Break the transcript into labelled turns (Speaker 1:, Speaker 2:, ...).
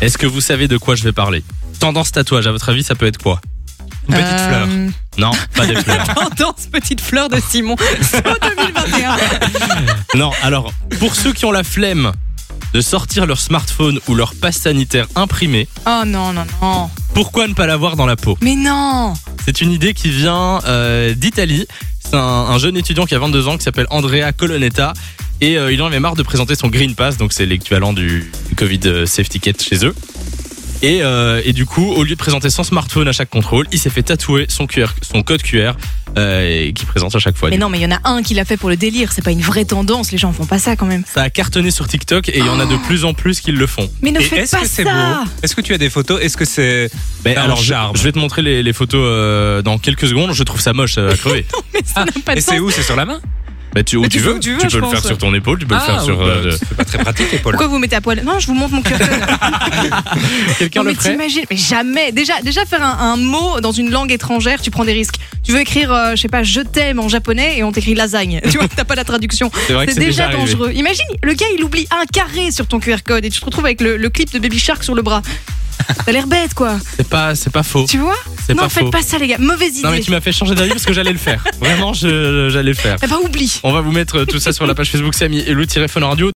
Speaker 1: Est-ce que vous savez de quoi je vais parler Tendance tatouage, à votre avis, ça peut être quoi
Speaker 2: Une petite
Speaker 3: Euh,
Speaker 2: fleur.
Speaker 1: Non, pas des fleurs.
Speaker 3: Tendance petite fleur de Simon. C'est en 2021.
Speaker 1: Non, alors, pour ceux qui ont la flemme de sortir leur smartphone ou leur passe sanitaire imprimé,
Speaker 3: Oh non, non, non.
Speaker 1: pourquoi ne pas l'avoir dans la peau
Speaker 3: Mais non
Speaker 1: C'est une idée qui vient euh, d'Italie. C'est un, un jeune étudiant qui a 22 ans qui s'appelle Andrea Colonetta. Et euh, il en avait marre de présenter son Green Pass, donc c'est l'équivalent du Covid euh, Safety Kit chez eux. Et, euh, et du coup, au lieu de présenter son smartphone à chaque contrôle, il s'est fait tatouer son, QR, son code QR euh, et qui présente à chaque fois.
Speaker 3: Mais non, mais il y en a un qui l'a fait pour le délire. C'est pas une vraie tendance. Les gens font pas ça quand même.
Speaker 1: Ça a cartonné sur TikTok et il y en a de plus en plus qui le font.
Speaker 3: Mais ne
Speaker 2: Et
Speaker 3: faites
Speaker 2: est-ce
Speaker 3: pas
Speaker 2: que c'est
Speaker 3: ça
Speaker 2: beau Est-ce que tu as des photos Est-ce que c'est.
Speaker 1: Mais
Speaker 2: Un
Speaker 1: alors, je,
Speaker 2: charme.
Speaker 1: je vais te montrer les, les photos euh, dans quelques secondes. Je trouve ça moche euh, à crever.
Speaker 3: Mais ça
Speaker 2: Ah,
Speaker 3: n'a pas de
Speaker 2: Et c'est
Speaker 3: sens.
Speaker 2: où C'est sur la main
Speaker 1: Bah, tu, où
Speaker 3: Mais
Speaker 1: tu,
Speaker 3: tu fais
Speaker 1: veux,
Speaker 3: où tu veux,
Speaker 1: peux
Speaker 3: je
Speaker 1: le
Speaker 3: pense.
Speaker 1: faire sur ton épaule, tu peux le
Speaker 2: Ah,
Speaker 1: faire sur.
Speaker 2: bah,
Speaker 1: euh,
Speaker 2: C'est pas très pratique, l'épaule.
Speaker 3: oh, Pourquoi vous mettez à poil Non, je vous montre mon cœur.
Speaker 1: Quelqu'un
Speaker 3: Non,
Speaker 1: le
Speaker 3: mais
Speaker 1: ferait
Speaker 3: t'imagines Mais jamais. Déjà, déjà faire un, un mot dans une langue étrangère, tu prends des risques. Tu veux écrire, euh, je sais pas, je t'aime en japonais et on t'écrit lasagne. Tu vois, t'as pas la traduction.
Speaker 1: C'est vrai que
Speaker 3: C'est
Speaker 1: c'est
Speaker 3: déjà,
Speaker 1: déjà arrivé.
Speaker 3: dangereux. Imagine, le gars, il oublie un carré sur ton QR code et tu te retrouves avec le, le clip de Baby Shark sur le bras. T'as l'air bête, quoi.
Speaker 1: C'est pas, c'est pas faux.
Speaker 3: Tu vois
Speaker 1: C'est
Speaker 3: Non,
Speaker 1: pas
Speaker 3: faites
Speaker 1: faux.
Speaker 3: pas ça, les gars. Mauvaise idée.
Speaker 1: Non mais tu m'as fait changer d'avis parce que j'allais le faire. Vraiment, je- j'allais le faire.
Speaker 3: Eh ben, oublie.
Speaker 1: euh, On va vous mettre tout ça sur la page Facebook Samy et le fun radio.